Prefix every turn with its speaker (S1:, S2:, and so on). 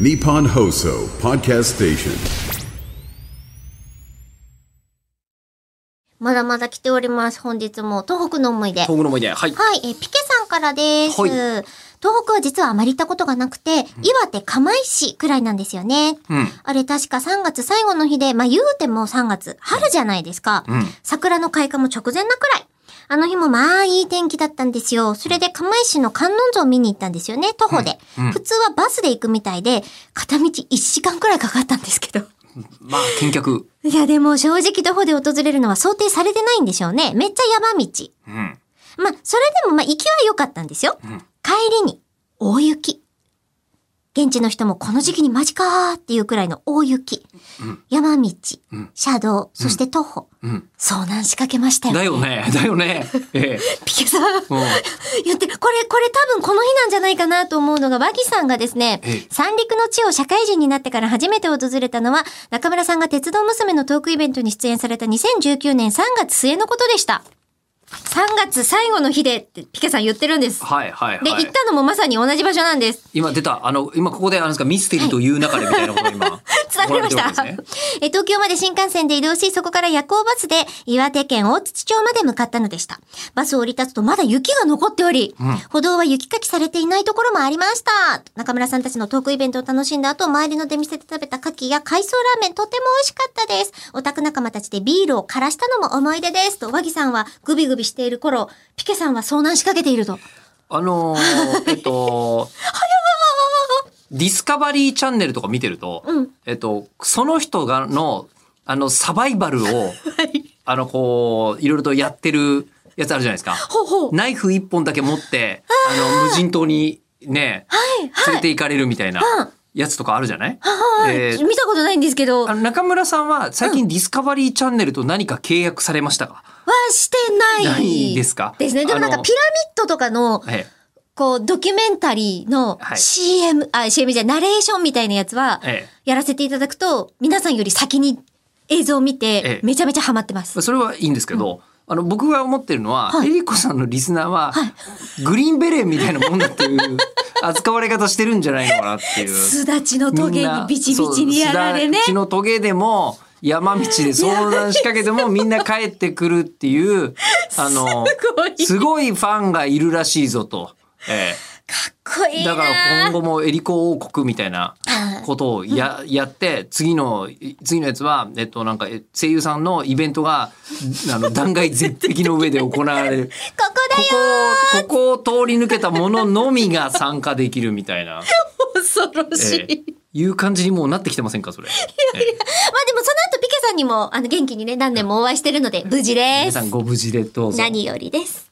S1: Nippon Hoso Podcast Station.
S2: まだまだ来ております。本日も東北の思い出。は
S3: 東北の思い出。はい。
S2: い、えーピケさんからです。
S3: はい
S2: 東北は実はあまり行ったことがなくて、岩手釜石くらいなんですよね。
S3: うん。
S2: あれ確か3月最後の日で、まあ言うても3月、春じゃないですか。
S3: ん
S2: 桜の開花も直前なくらい。あの日もまあいい天気だったんですよ。それで釜石の観音像を見に行ったんですよね、徒歩で。普通はバスで行くみたいで、片道1時間くらいかかったんですけど。
S3: まあ、見客。
S2: いやでも正直徒歩で訪れるのは想定されてないんでしょうね。めっちゃ山道。
S3: うん。
S2: まあ、それでもまあ、行きは良かったんですよ。帰りに、大雪。現地の人もこの時期にマジかーっていうくらいの大雪。山道、車道、そして徒歩。
S3: うん。
S2: 遭難しかけましたよ。
S3: だよね。だよね。ええ。
S2: ピケさん。
S3: うん。
S2: 言ってる、これ、これ多分この日なんじゃないかなと思うのが、和木さんがですね
S3: ええ、
S2: 三陸の地を社会人になってから初めて訪れたのは、中村さんが鉄道娘のトークイベントに出演された2019年3月末のことでした。3月最後の日でってピケさん言ってるんです。
S3: はいはい
S2: で、
S3: は
S2: 行
S3: い
S2: っ。たのもまさに同じ場所なんです。
S3: 今出た、あの、今ここで、あの、ミステリーという中でみたいなことを今。
S2: 伝わりまし
S3: 行われて
S2: た、
S3: るわけですね
S2: え。東京まで新幹線で移動し、そこから夜行バスで岩手県大槌町まで向かったのでした。バスを降り立つとまだ雪が残っており、歩道は雪かきされていないところもありました。中村さんたちのトークイベントを楽しんだ後、周りの出店で食べた牡蠣や海藻ラーメン、とても美味しかったです。オタク仲間たちでビールを枯らしたのも思い出です。と、和木さんはグビグビしている頃、ピケさんは遭難しかけていると。
S3: あの ー、えっと、ディスカバリーチャンネルとか見てると、
S2: うん
S3: えっと、その人がの、あの、サバイバ ルを、あの、こう、いろいろとやってるやつあるじゃないですか。
S2: ほうほう。
S3: ナイフ一本だけ持って、あの、無人島にね、
S2: はい、
S3: 連
S2: は
S3: れ
S2: い。
S3: て行かれるみたいな
S2: うん
S3: やつとかあるじゃない、
S2: はい、
S3: えー
S2: 見たことないんですけど。
S3: あの中村さんは最近ディスカバリーチャンネルと何か契約されましたか、
S2: はしてない。
S3: ないですか
S2: ですね。でもなん
S3: あ
S2: か
S3: の
S2: ピラミッドとかの、
S3: え
S2: こう、ドキュメンタリーの
S3: はい
S2: CM、あ、CM じゃないナレーションみたいなやつは
S3: ええ、
S2: やらせていただくと、皆さんより先に映像を見て
S3: え、
S2: めちゃめちゃハマってま
S3: え
S2: す。
S3: それはいいんですけど、あの僕が思ってるのは、
S2: はい
S3: エリコさんのリスナーは、グリーンベレーみたいなもんだっていう扱われ方してるんじゃないのかなっていう。
S2: すだちのトゲにビチビチにやられね
S3: う。ちのトゲでも山道で遭難しかけてもみんな帰ってくるっていうあの
S2: ご い
S3: すごいファンがいるらしいぞと。え
S2: かっこい
S3: え
S2: いな
S3: だから今後もエリコ王国みたいなことをや,、やって次の次のやつは、えっと、なんかえ声優さんのイベントがあの断崖絶壁の上で行 われる
S2: ここだ
S3: こ
S2: よ
S3: こここを通り抜けた者のみが参加できるみたいな、
S2: 恐ろしい。
S3: ええいう感じにもうなってきてませんかそ れ。
S2: まあでもその後ピケさんにも、あの、元気にね、何年もお会いしてるので、無事で
S3: 皆
S2: す
S3: さ。んご無事でどうぞ。
S2: 何よりです。